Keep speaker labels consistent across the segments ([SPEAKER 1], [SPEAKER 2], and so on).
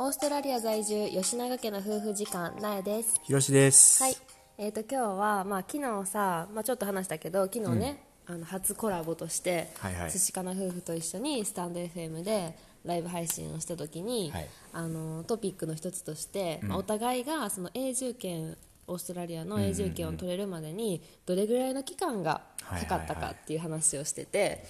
[SPEAKER 1] オーストラリア在住吉永家の夫婦時間なえです
[SPEAKER 2] ひろしです。
[SPEAKER 1] はい。えっ、と今日はまあ昨日さ、まあちょっと話したけど昨日ね、あの初コラボとして、
[SPEAKER 2] はいはい
[SPEAKER 1] 寿司かな夫婦と一緒にスタンド FM でライブ配信をした時に、
[SPEAKER 2] はい
[SPEAKER 1] あのトピックの一つとして、まあお互いがその永住権オーストラリアの永住権を取れるまでにどれぐらいの期間がかかった
[SPEAKER 2] はいはいは
[SPEAKER 1] か
[SPEAKER 2] い
[SPEAKER 1] っていう話をしてて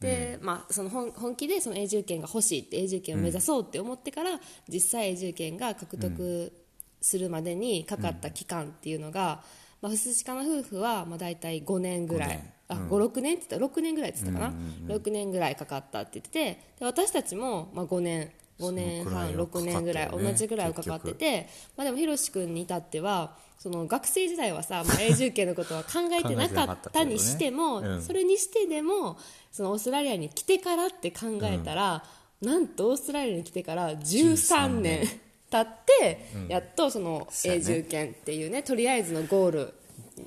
[SPEAKER 1] で、まあ、その本本気でその永住権が欲しいって永住権を目指そうって思ってから、実際永住権が獲得するまでにかかった期間っていうのが、まあ、ふすじかな夫婦はまあ大体5年ぐら
[SPEAKER 2] 五
[SPEAKER 1] い
[SPEAKER 2] 年。
[SPEAKER 1] あ56年って言った6年ぐらいって言ったかな、6年ぐらいかかったって言っててで私たちもまあ5年5年半
[SPEAKER 2] その
[SPEAKER 1] 6
[SPEAKER 2] くらいは
[SPEAKER 1] 年ぐらい
[SPEAKER 2] かかった
[SPEAKER 1] 同じぐ
[SPEAKER 2] よね
[SPEAKER 1] らいかかってて、まあ、でもひろし君に至ってはその学生時代はさ、まあ、永住権のことは考えてなかったにしても、
[SPEAKER 2] 考えてなかったけどねうん
[SPEAKER 1] それにしてでもそのオーストラリアに来てからって考えたら、なんとオーストラリアに来てから13年経って、やっとその
[SPEAKER 2] そうや
[SPEAKER 1] 永
[SPEAKER 2] ね
[SPEAKER 1] 住権っていうねとりあえずのゴール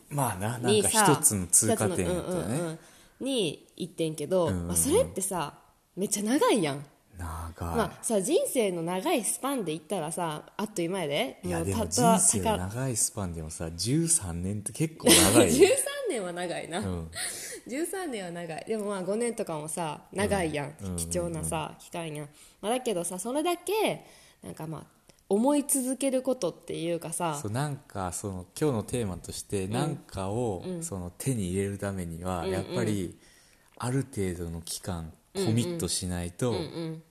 [SPEAKER 2] まあな、なん
[SPEAKER 1] に
[SPEAKER 2] か
[SPEAKER 1] さ
[SPEAKER 2] 一つの通過点やったよ
[SPEAKER 1] 一つのうんうんう
[SPEAKER 2] ね。
[SPEAKER 1] んに行ってんけど、まあ、それってさめっちゃ長いやん、ま
[SPEAKER 2] 長
[SPEAKER 1] あ、さ人生の長いスパンで言ったらさあっという間やで
[SPEAKER 2] い。いや、で
[SPEAKER 1] た
[SPEAKER 2] も
[SPEAKER 1] た
[SPEAKER 2] 人生
[SPEAKER 1] たか
[SPEAKER 2] 長いスパンでもさ、13年って結構長 い
[SPEAKER 1] 13
[SPEAKER 2] よ。
[SPEAKER 1] 年は長いな、
[SPEAKER 2] ん
[SPEAKER 1] 13年は長いでもまあ5年とかもさ長いやん、貴重なさ、期間やん、まあ、だけどさそれだけなんかまあ思い続けることっていうかさ
[SPEAKER 2] そうなんかその今日のテーマとして何かをその手に入れるためにはやっぱりある程度の期間コミットしないと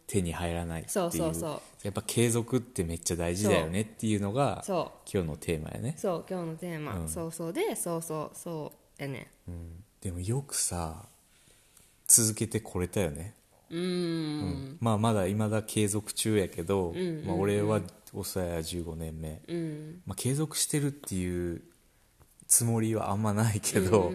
[SPEAKER 2] 手に入らないってい
[SPEAKER 1] そうそう
[SPEAKER 2] う
[SPEAKER 1] そう
[SPEAKER 2] やっぱ継続ってめっちゃ大事だよねっていうのが
[SPEAKER 1] そ
[SPEAKER 2] 今
[SPEAKER 1] う
[SPEAKER 2] 日のテーマやね
[SPEAKER 1] そう今日のテーマ、
[SPEAKER 2] うん
[SPEAKER 1] そうそうでそうそうそうやね
[SPEAKER 2] でもよくさ続けてこれたよね
[SPEAKER 1] うーん
[SPEAKER 2] うんまあまだいまだ継続中やけど、まあ、俺はオーストラリア15年目、まあ、継続してるっていうつもりはあんまないけど、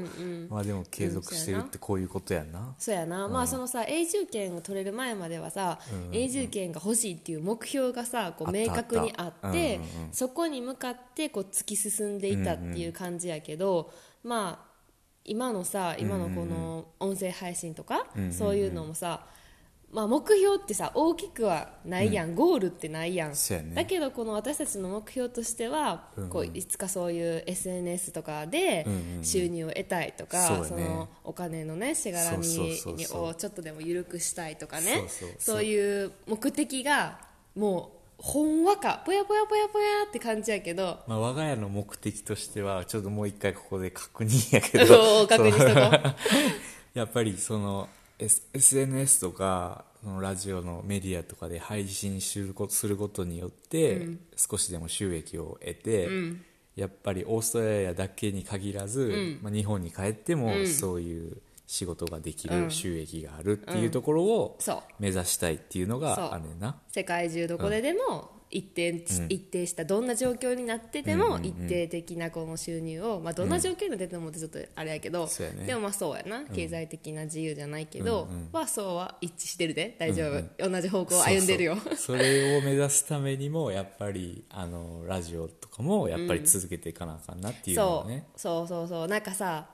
[SPEAKER 2] まあでも継続してるってこういうことやんな、
[SPEAKER 1] そうやな、まあそのさ永住権が取れる前まではさ、永住権が欲しいっていう目標がさこう
[SPEAKER 2] あった
[SPEAKER 1] 明確にあ
[SPEAKER 2] あ
[SPEAKER 1] っ
[SPEAKER 2] ってたうんうん
[SPEAKER 1] そこに向かってこう突き進んでいたっていう感じやけど、まあ今のさ今のこの音声配信とか、そういうのもさ、まあ、目標ってさ大きくはないやん、ゴールってないやん
[SPEAKER 2] そうやね
[SPEAKER 1] だけどこの私たちの目標としては、こういつかそういう SNS とかで収入を得たいとか、
[SPEAKER 2] そうやね
[SPEAKER 1] そのお金のねしがらみ
[SPEAKER 2] そうそうそうそう
[SPEAKER 1] をちょっとでも緩くしたいとかね
[SPEAKER 2] そうそうそう
[SPEAKER 1] そういう目的がもうほんわかぽやぽやぽやぽやって感じやけど
[SPEAKER 2] まあ、我が家の目的としてはちょっともう一回ここで確認 やけ
[SPEAKER 1] お
[SPEAKER 2] ど
[SPEAKER 1] ー確認しとこう
[SPEAKER 2] やっぱりその、S、SNS とかそのラジオのメディアとかで配信することすることによって、少しでも収益を得て、やっぱりオーストラリアだけに限らず、まあ、日本に帰ってもそういう仕事ができる、収益があるっていうところを
[SPEAKER 1] そう
[SPEAKER 2] 目指したいっていうの
[SPEAKER 1] そう
[SPEAKER 2] があるねんな。
[SPEAKER 1] 世界中どこででも一定,、一定したどんな状況になってても一定的なこの収入を、まあ、どんな状況になっててもってちょっとあれやけど、
[SPEAKER 2] そうやね
[SPEAKER 1] でもまあそうやな経済的な自由じゃないけど、まあそうは一致してるで大丈夫、同じ方向を歩んでるよ。
[SPEAKER 2] そうそうそれを目指すためにもやっぱりあのラジオとかもやっぱり続けていかなあかんなっていうの
[SPEAKER 1] そ
[SPEAKER 2] はね、
[SPEAKER 1] うそうそうそうなんかさ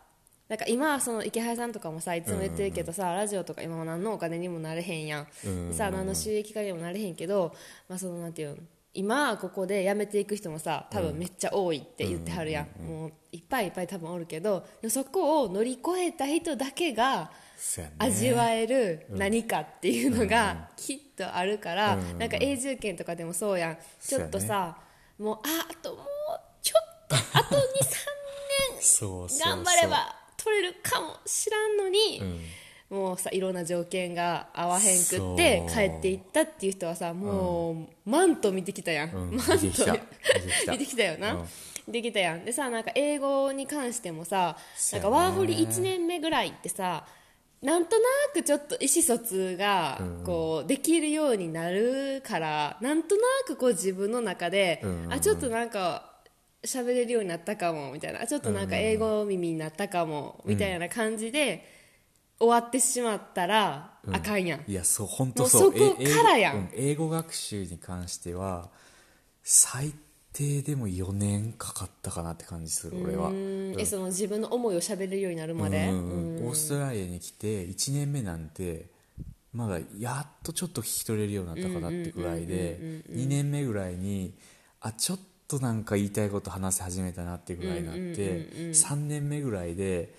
[SPEAKER 1] なんか今はその池原さんとかもさいつも言ってるけどさ、ラジオとか今は何のお金にもなれへんやん,、さ何の収益化にもなれへんけど、まあ、そのなんていうん今ここで辞めていく人もさ多分めっちゃ多いって言ってはるやん,、もういっぱいいっぱい多分おるけどでもそこを乗り越えた人だけが
[SPEAKER 2] そうやね
[SPEAKER 1] 味わえる何かっていうのがきっとあるから、なんか永住権とかでもそうやんちょっとさ、もうああともうちょっとあと23
[SPEAKER 2] そうそうそう
[SPEAKER 1] 頑張れば取れるかもしらんのに、もうさいろんな条件が合わへんくって
[SPEAKER 2] そう
[SPEAKER 1] 帰っていったっていう人はさもう、マント見てきたやん、
[SPEAKER 2] うん
[SPEAKER 1] マント
[SPEAKER 2] 見てきた見てきた
[SPEAKER 1] 見てきたよな、
[SPEAKER 2] うん
[SPEAKER 1] 見てきたやんでさなんか英語に関してもさ
[SPEAKER 2] そ
[SPEAKER 1] な
[SPEAKER 2] うんや
[SPEAKER 1] か
[SPEAKER 2] ね
[SPEAKER 1] ワーホリ1年目ぐらいってさなんとなくちょっと意思疎通がこうできるようになるから、なんとなくこう自分の中で、
[SPEAKER 2] うん
[SPEAKER 1] あちょっとなんか喋れるようになったかもみたいなあちょっとなんか英語耳になったかもみたいな感じで終わってしまったらあかんやん、
[SPEAKER 2] いやそう本当そう
[SPEAKER 1] もうそこ
[SPEAKER 2] え
[SPEAKER 1] からやん
[SPEAKER 2] 英語う英語学習に関しては最低でも4年かかったかなって感じする俺は
[SPEAKER 1] うんえその自分の思いを喋れるようになるまで、
[SPEAKER 2] うんうんうんオーストラリアに来て1年目なんてまだやっとちょっと聞き取れるようになったかなってぐらいで2年目ぐらいにあちょっとなんか言いたいこと話し始めたなってぐらいになって3年目ぐらいで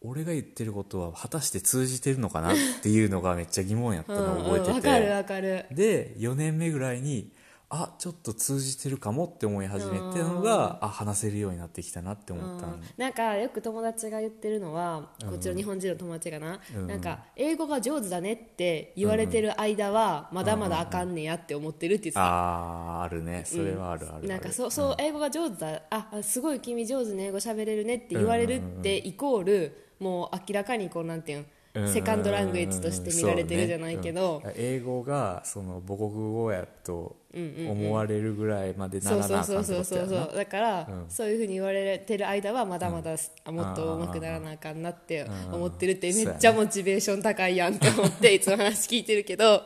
[SPEAKER 2] 俺が言ってることは果たして通じてるのかなっていうのがめっちゃ疑問やった
[SPEAKER 1] うん
[SPEAKER 2] のを覚
[SPEAKER 1] うん
[SPEAKER 2] え
[SPEAKER 1] わかる
[SPEAKER 2] て
[SPEAKER 1] わかる
[SPEAKER 2] てで4年目ぐらいにあちょっと通じてるかもって思い始めてのがあ話せるようになってきたなって思ったの
[SPEAKER 1] なんかよく友達が言ってるのはこっちの日本人の友達がな、なんか英語が上手だねって言われてる間はまだまだあかんねやって思ってるって言ってた、
[SPEAKER 2] あーあるねそれはあるあるある
[SPEAKER 1] なんかそうそう英語が上手だああすごい君上手ね英語喋れるねって言われるってイコールもう明らかにこうなんていうん
[SPEAKER 2] うんうんうん
[SPEAKER 1] セカンドラングエッジとして見られてるじゃないけど、
[SPEAKER 2] そうねうん英語がその母国語やと思われるぐらいまでな
[SPEAKER 1] そう
[SPEAKER 2] ら
[SPEAKER 1] そ
[SPEAKER 2] な
[SPEAKER 1] う
[SPEAKER 2] あ
[SPEAKER 1] そ
[SPEAKER 2] か
[SPEAKER 1] う
[SPEAKER 2] んって
[SPEAKER 1] そう
[SPEAKER 2] こと
[SPEAKER 1] そ
[SPEAKER 2] や
[SPEAKER 1] う
[SPEAKER 2] な
[SPEAKER 1] だから、
[SPEAKER 2] うん
[SPEAKER 1] そういうふうに言われてる間はまだまだ、あもっと上手くならなあかんなって思ってるって
[SPEAKER 2] うんうん
[SPEAKER 1] め
[SPEAKER 2] うん
[SPEAKER 1] っちゃモチベーション高いやんって思っていつも話聞いてるけど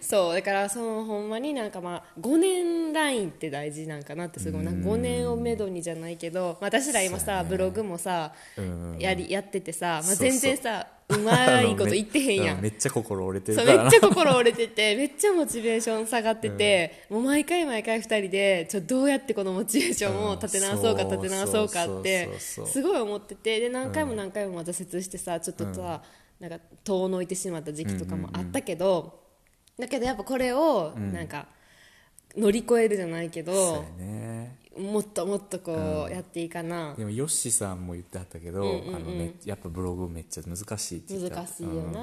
[SPEAKER 1] そうだからそのほんまになんかまあ5年ラインって大事なんかなってすごいなんか5年をめどにじゃないけど、まあ、私ら今
[SPEAKER 2] そうや
[SPEAKER 1] さ、
[SPEAKER 2] ね
[SPEAKER 1] ブログもさ
[SPEAKER 2] うんうん
[SPEAKER 1] やりやっててさ、ま
[SPEAKER 2] そう
[SPEAKER 1] あ、
[SPEAKER 2] そう
[SPEAKER 1] 全然さうまいこと言ってへんや
[SPEAKER 2] うんんめっちゃ心折れて
[SPEAKER 1] そ
[SPEAKER 2] る
[SPEAKER 1] う
[SPEAKER 2] か
[SPEAKER 1] め
[SPEAKER 2] ら
[SPEAKER 1] っ
[SPEAKER 2] な
[SPEAKER 1] ちゃ心折れてて めっちゃモチベーション下がってて、もう毎回毎回2人でちょどうやってこのモチベーションを立て直そうか
[SPEAKER 2] うん
[SPEAKER 1] 立て直そうかって
[SPEAKER 2] そうそうそうそう
[SPEAKER 1] すごい思っててで何回も何回も挫折してさちょっとさ、なんか遠のいてしまった時期とかもあったけど、だけどやっぱこれをなんか乗り越えるじゃないけ
[SPEAKER 2] そうや
[SPEAKER 1] ど、
[SPEAKER 2] ね
[SPEAKER 1] もっともっとこうやっていかな、
[SPEAKER 2] でもヨッシーさんも言ってはったけど、あのめやっぱブログめっちゃ難しいって言っては
[SPEAKER 1] 難
[SPEAKER 2] った
[SPEAKER 1] しいよな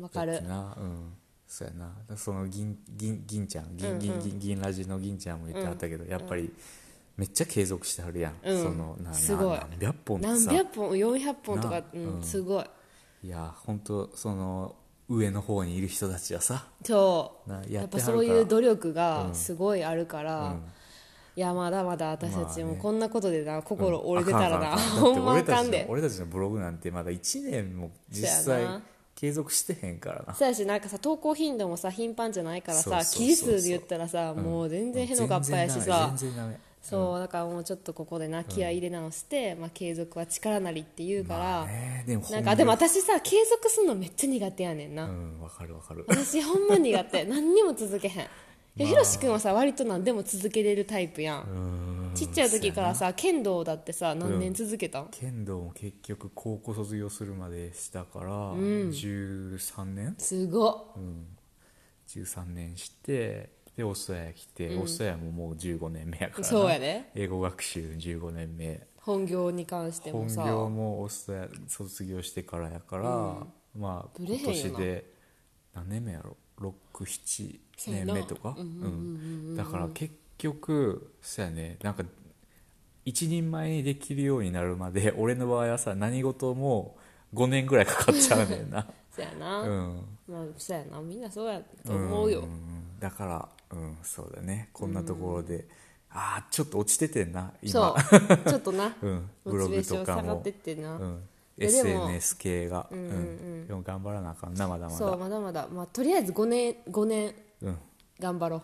[SPEAKER 1] わか
[SPEAKER 2] だっ
[SPEAKER 1] る
[SPEAKER 2] てなうんそうやなだからその銀銀銀ちゃん銀銀銀銀ラジの銀ちゃんも言ってはったけど、やっぱりめっちゃ継続してはるやん、
[SPEAKER 1] うん
[SPEAKER 2] そのなな
[SPEAKER 1] すごい
[SPEAKER 2] 何百本って
[SPEAKER 1] 何
[SPEAKER 2] さ
[SPEAKER 1] 百本400本とか
[SPEAKER 2] な、
[SPEAKER 1] うん
[SPEAKER 2] うん
[SPEAKER 1] すごい
[SPEAKER 2] いや本当その上の方にいる人たちはさ
[SPEAKER 1] そう
[SPEAKER 2] なやって
[SPEAKER 1] やっぱ
[SPEAKER 2] はる
[SPEAKER 1] そう
[SPEAKER 2] か
[SPEAKER 1] い
[SPEAKER 2] ら
[SPEAKER 1] う努力がすごいあるから、いやまだまだ私たち
[SPEAKER 2] まあ
[SPEAKER 1] も
[SPEAKER 2] ね
[SPEAKER 1] こんなことでな心折れてたらな、
[SPEAKER 2] あかんあかん
[SPEAKER 1] ほんま
[SPEAKER 2] だ
[SPEAKER 1] あ
[SPEAKER 2] って
[SPEAKER 1] かん
[SPEAKER 2] 俺
[SPEAKER 1] で
[SPEAKER 2] たちの俺たちのブログなんてまだ1年も実
[SPEAKER 1] そう
[SPEAKER 2] 際
[SPEAKER 1] やな
[SPEAKER 2] 継続してへんからな
[SPEAKER 1] そうやしなんかさ投稿頻度もさ頻繁じゃないから
[SPEAKER 2] そうそう
[SPEAKER 1] さ
[SPEAKER 2] そうそう
[SPEAKER 1] 期日で言ったらさ、もう全然へのかっぱやしさ
[SPEAKER 2] 全然ダメ
[SPEAKER 1] そうだからもうちょっとここでな気合い入れ直して、まあ、継続は力なりって言うから、
[SPEAKER 2] ねでもほ
[SPEAKER 1] なんん
[SPEAKER 2] ま
[SPEAKER 1] か
[SPEAKER 2] に
[SPEAKER 1] でも私さ継続するのめっちゃ苦手やねんな、
[SPEAKER 2] うんわかるわかる
[SPEAKER 1] 私ほんま苦手何にも続けへんいやひろし君はさ割と何でも続けれるタイプやんちっちゃい時からさ剣道だってさ何年続けたん、
[SPEAKER 2] 剣道も結局高校卒業するまでしたから、13年
[SPEAKER 1] すごっ
[SPEAKER 2] 13年してでオーストラリア来て、オーストラリアももう15年目やからな
[SPEAKER 1] そうやね
[SPEAKER 2] 英語学習15年目
[SPEAKER 1] 本業に関しても
[SPEAKER 2] 本
[SPEAKER 1] さ
[SPEAKER 2] 業もオーストラリア卒業してからやから、まあ
[SPEAKER 1] ぶれ
[SPEAKER 2] 今
[SPEAKER 1] へんよな
[SPEAKER 2] 年で何年目やろ67年目とかうんだから結局そうやねなんか一人前にできるようになるまで 俺の場合はさ何事も5年ぐらいかかっちゃうねん な
[SPEAKER 1] そうやな、
[SPEAKER 2] うん
[SPEAKER 1] まあそうやなみんなそうやと思うよ、
[SPEAKER 2] んんだからうんそうだねこんなところで、ああちょっと落ちててんな今
[SPEAKER 1] そう ちょっとな、
[SPEAKER 2] うん
[SPEAKER 1] モチベーショ
[SPEAKER 2] ブログと
[SPEAKER 1] ン
[SPEAKER 2] かも
[SPEAKER 1] 下がってってな、
[SPEAKER 2] うん、
[SPEAKER 1] やでも
[SPEAKER 2] SNS 系が、うんでも頑張らなあかんなまだまだ
[SPEAKER 1] そうまだまだ、まあ、とりあえず5年5年
[SPEAKER 2] うん、
[SPEAKER 1] 頑張ろう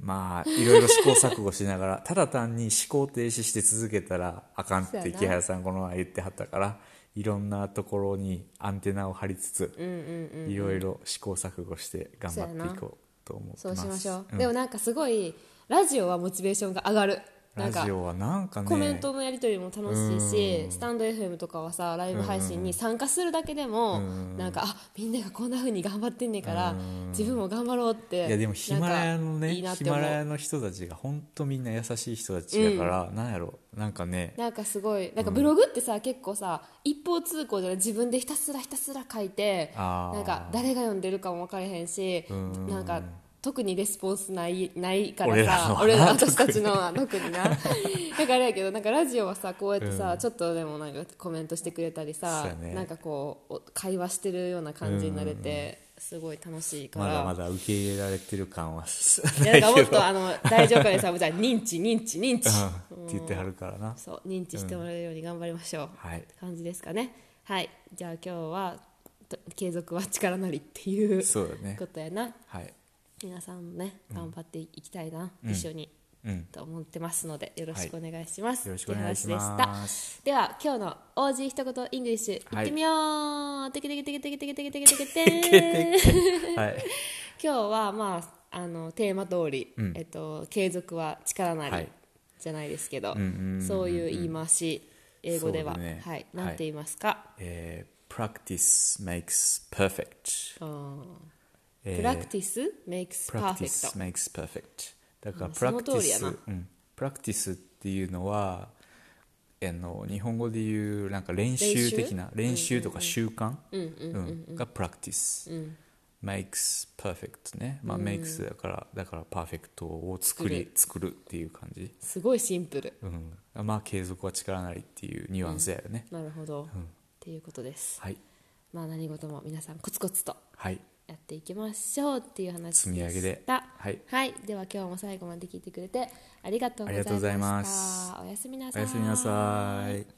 [SPEAKER 2] まあいろいろ試行錯誤しながら ただ単に思考停止して続けたらあかんっ
[SPEAKER 1] そう
[SPEAKER 2] て
[SPEAKER 1] やな
[SPEAKER 2] 木原さんこの前言ってはったからいろんなところにアンテナを張りつつ、いろいろ試行錯誤して頑張っていこうと思って
[SPEAKER 1] そう
[SPEAKER 2] ます
[SPEAKER 1] しましょう、
[SPEAKER 2] ん
[SPEAKER 1] でもなんかすごいラジオはモチベーションが上がるなん
[SPEAKER 2] ラ
[SPEAKER 1] か
[SPEAKER 2] ジオはなんかね
[SPEAKER 1] コメントのやり取りも楽しいし、スタンド FM とかはさライブ配信に参加するだけでも、なんかあみんながこんな風に頑張ってんねんから、自分も頑張ろうって
[SPEAKER 2] いやでもヒマラヤ
[SPEAKER 1] な
[SPEAKER 2] の
[SPEAKER 1] ん
[SPEAKER 2] ね
[SPEAKER 1] かいいなっ
[SPEAKER 2] ヒ
[SPEAKER 1] て思
[SPEAKER 2] マラヤ
[SPEAKER 1] う
[SPEAKER 2] の人たちが本当みんな優しい人たちやから、なんやろなんかね
[SPEAKER 1] なんかすごいなんかブログってさ、結構さ一方通行じゃない自分でひたすらひたすら書いて
[SPEAKER 2] あー
[SPEAKER 1] なんか誰が読んでるかも分からへんしなんか特にレスポンスないないからさ
[SPEAKER 2] 俺らのは
[SPEAKER 1] の私たちのは特に なだからあれやけどなんかラジオはさこうやってさ、ちょっとでもなんかコメントしてくれたり
[SPEAKER 2] そう
[SPEAKER 1] さ
[SPEAKER 2] や、ね
[SPEAKER 1] なんかこうお会話してるような感じになれてすごい楽しいから。
[SPEAKER 2] まだまだ受け入れられてる感は
[SPEAKER 1] いやなんかもっとあの大丈夫かねさんもじゃあ認知認知認知、
[SPEAKER 2] うんって言ってはるからな
[SPEAKER 1] そう認知してもらえるように頑張りましょう、
[SPEAKER 2] はい
[SPEAKER 1] 感じですかねはいじゃあ今日はと継続は力なりっていう
[SPEAKER 2] そうだね
[SPEAKER 1] ことやな
[SPEAKER 2] はい
[SPEAKER 1] 皆さんもね頑張っていきたいな、一緒に、と思ってますのでよろしくお願いします、
[SPEAKER 2] よろしくお願いし
[SPEAKER 1] って話
[SPEAKER 2] ま
[SPEAKER 1] でし
[SPEAKER 2] す
[SPEAKER 1] たでは今日の OG 一言イングリッシュ行ってみよう、テケテケテケテケテケテケテケテケテケ
[SPEAKER 2] けてはい
[SPEAKER 1] 今日はまああのテーマ通り、えっと継続は力なり、
[SPEAKER 2] はい
[SPEAKER 1] じゃないですけど、
[SPEAKER 2] んうんうんうん
[SPEAKER 1] そういう言い回し英語では、
[SPEAKER 2] そうだね
[SPEAKER 1] はい
[SPEAKER 2] はい
[SPEAKER 1] なんて言いますか、
[SPEAKER 2] えー practice makes perfect
[SPEAKER 1] あー
[SPEAKER 2] えー
[SPEAKER 1] プラクティス makes
[SPEAKER 2] practice
[SPEAKER 1] perfect
[SPEAKER 2] makes perfect だから
[SPEAKER 1] うん
[SPEAKER 2] プラクティス
[SPEAKER 1] その通りやな
[SPEAKER 2] うん、プラクティスっていうのはあの日本語で言うなんか練習的な練習とか習慣、うんがプラクティス、makes perfect ね、まあ makes だからだからパーフェクトを作り作るっていう感じ、
[SPEAKER 1] すごいシンプル
[SPEAKER 2] うん、まあ継続は力なりっていうニュアンスやよね、
[SPEAKER 1] なるほど、っていうことです
[SPEAKER 2] はい
[SPEAKER 1] まあ何事も皆さんコツコツと
[SPEAKER 2] はい
[SPEAKER 1] やっていきましょうっていう話でした
[SPEAKER 2] 積み上げでは
[SPEAKER 1] はいい、では今日も最後まで聞いてくれてありがとうございました
[SPEAKER 2] ありがとうございます
[SPEAKER 1] おやすみなさ
[SPEAKER 2] お
[SPEAKER 1] い
[SPEAKER 2] やすみなさい